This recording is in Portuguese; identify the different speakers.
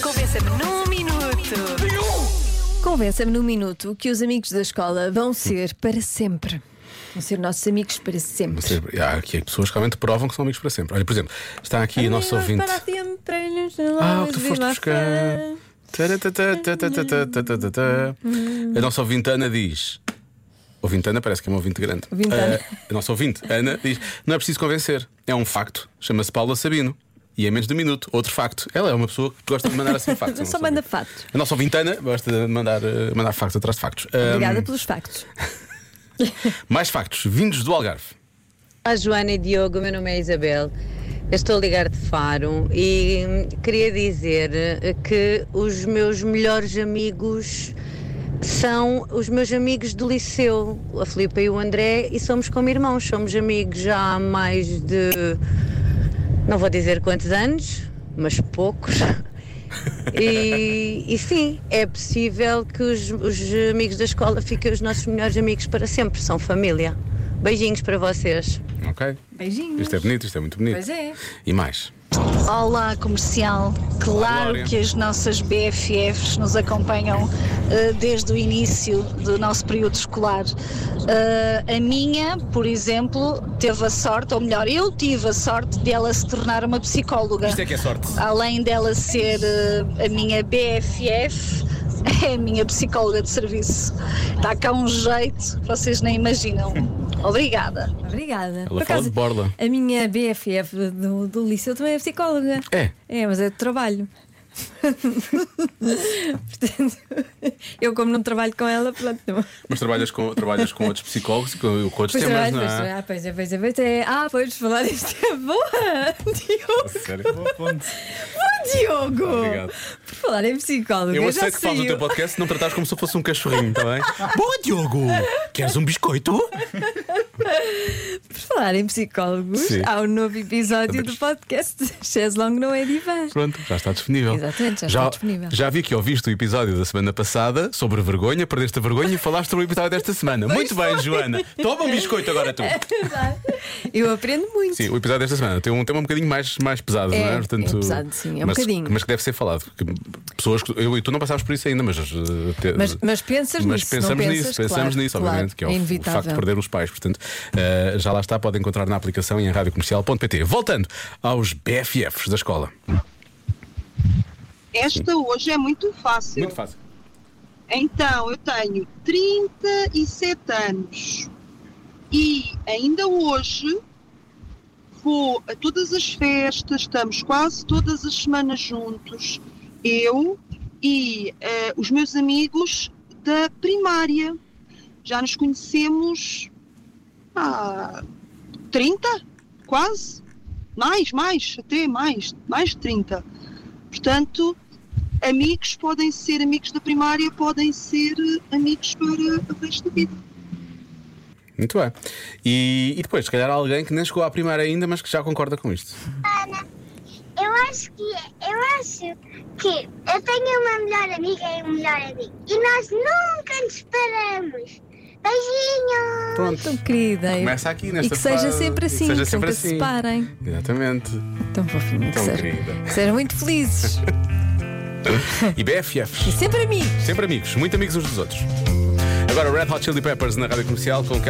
Speaker 1: Convença-me num minuto.
Speaker 2: Convença-me num minuto que os amigos da escola vão ser para sempre. Vão ser nossos amigos para sempre.
Speaker 3: Você- há aqui pessoas que realmente provam que são amigos para sempre. Olha, por exemplo, está aqui a nossa ouvinte.
Speaker 2: Para sempre, nos
Speaker 3: Ah, o
Speaker 2: lábios
Speaker 3: que tu
Speaker 2: de
Speaker 3: foste
Speaker 2: uma
Speaker 3: buscar.
Speaker 2: fé.
Speaker 3: Taratatá, tatatatá, tatatá. A nossa ouvinte Ana diz. Ouvinte Ana parece que é uma ouvinte grande.
Speaker 2: Ouvinte Ana.
Speaker 3: Ah, a nossa ouvinte Ana diz: Não é preciso convencer, é um facto. Chama-se Paula Sabino. E é menos de um minuto. Outro facto. Ela é uma pessoa que gosta de mandar assim factos. a
Speaker 2: Só
Speaker 3: nossa
Speaker 2: manda
Speaker 3: ouvinte.
Speaker 2: fatos.
Speaker 3: A nossa ouvinte Ana gosta de mandar, eh, mandar factos atrás de factos. Ah,
Speaker 2: Obrigada pelos factos.
Speaker 3: mais factos, vindos do Algarve.
Speaker 4: Olá Joana e Diogo, meu nome é Isabel. Eu estou a ligar de Faro e hum, queria dizer eh, que os meus melhores amigos são os meus amigos do liceu, a Filipa e o André, e somos como irmãos, somos amigos já há mais de não vou dizer quantos anos, mas poucos. E, e sim, é possível que os, os amigos da escola fiquem os nossos melhores amigos para sempre, são família. Beijinhos para vocês.
Speaker 3: Ok?
Speaker 2: Beijinhos.
Speaker 3: Isto é bonito, isto é muito bonito.
Speaker 2: Pois é.
Speaker 3: E mais.
Speaker 5: Olá, comercial. Claro
Speaker 3: Glória.
Speaker 5: que as nossas BFFs nos acompanham eh, desde o início do nosso período escolar. Eh, a minha, por exemplo, teve a sorte, ou melhor, eu tive a sorte de ela se tornar uma psicóloga.
Speaker 3: Isto é que é sorte.
Speaker 5: Além dela ser eh, a minha BFF, é a minha psicóloga de serviço. Está cá um jeito, que vocês nem imaginam. Obrigada.
Speaker 2: Obrigada.
Speaker 3: Ela fala de borla.
Speaker 2: A minha BFF do, do liceu também é psicóloga.
Speaker 3: É.
Speaker 2: É, mas é de trabalho. Portanto, eu, como não trabalho com ela, pronto. Não.
Speaker 3: Mas trabalhas com, trabalhas com outros psicólogos e com, com outros
Speaker 2: Pois
Speaker 3: temas,
Speaker 2: trabalho,
Speaker 3: não
Speaker 2: pois,
Speaker 3: é?
Speaker 2: ah, pois é, pois é, pois é. Ah, podes falar isto é boa, Diogo.
Speaker 3: Sério?
Speaker 2: Bom, Diogo!
Speaker 3: Obrigado.
Speaker 2: Por falar em psicóloga,
Speaker 3: Eu
Speaker 2: já
Speaker 3: aceito que fazes o
Speaker 2: saiu.
Speaker 3: teu podcast se não tratares como se eu fosse um cachorrinho, está bem? Boa, Diogo! Queres um biscoito?
Speaker 2: Por falar em psicólogos,
Speaker 3: Sim.
Speaker 2: há um novo episódio do podcast Cheslong Não É Divã.
Speaker 3: Pronto, já está disponível.
Speaker 2: Exatamente, já está disponível.
Speaker 3: Já vi que ouviste o episódio da semana passada sobre vergonha, perdeste a vergonha e falaste sobre o episódio desta semana. muito bem, Joana. Toma um biscoito agora tu.
Speaker 2: Eu aprendo muito.
Speaker 3: Sim, o episódio desta semana tem um tema um bocadinho mais, mais pesado,
Speaker 2: É,
Speaker 3: não é?
Speaker 2: é pesado, sim, é um
Speaker 3: mas,
Speaker 2: bocadinho.
Speaker 3: Mas que deve ser falado. porque pessoas que, eu e tu não passámos por isso ainda, mas. eh, te-
Speaker 2: Mas- mas pensas
Speaker 3: mas
Speaker 2: nisso, não
Speaker 3: pensamos
Speaker 2: pensas?
Speaker 3: nisso, pensamos
Speaker 2: Claro,
Speaker 3: nisso,
Speaker 2: claro,
Speaker 3: obviamente, que é,
Speaker 2: é
Speaker 3: o, o
Speaker 2: inevitável.
Speaker 3: facto de perder os pais. Portanto, eh, já lá está, podem encontrar na aplicação e em radiocomercial.pt. Voltando aos BFFs da escola.
Speaker 6: Esta hoje é muito fácil.
Speaker 3: fácil.
Speaker 6: Então, eu tenho 37 anos e ainda hoje vou a todas as festas, estamos quase todas as semanas juntos, eu e eh, os meus amigos da primária. Já nos conhecemos há 30, quase, mais, mais, até mais, mais de 30. Portanto, amigos podem ser amigos da primária, podem ser eh, amigos para o resto da vida.
Speaker 3: Muito bem. E, e depois, se calhar, há alguém que nem chegou à primária ainda, mas que já concorda com isto.
Speaker 7: Eu acho que eu acho que eu tenho uma melhor amiga e um melhor amigo. E nós nunca nos paramos. Beijinhos!
Speaker 3: Pronto.
Speaker 2: Tão querida.
Speaker 3: Começa aqui
Speaker 2: É.
Speaker 3: nesta
Speaker 2: E que seja
Speaker 3: fase,
Speaker 2: sempre
Speaker 3: e que
Speaker 2: assim,
Speaker 3: seja
Speaker 2: que,
Speaker 3: sempre
Speaker 2: nunca
Speaker 3: assim.
Speaker 2: se separem.
Speaker 3: Exatamente.
Speaker 2: Tão fofinho que
Speaker 3: Tão
Speaker 2: seja.
Speaker 3: querida.
Speaker 2: Que sejam muito felizes.
Speaker 3: E BFFs.
Speaker 2: e sempre amigos.
Speaker 3: Sempre amigos, muito amigos uns dos outros. Agora Red Hot Chili Peppers na rádio comercial com o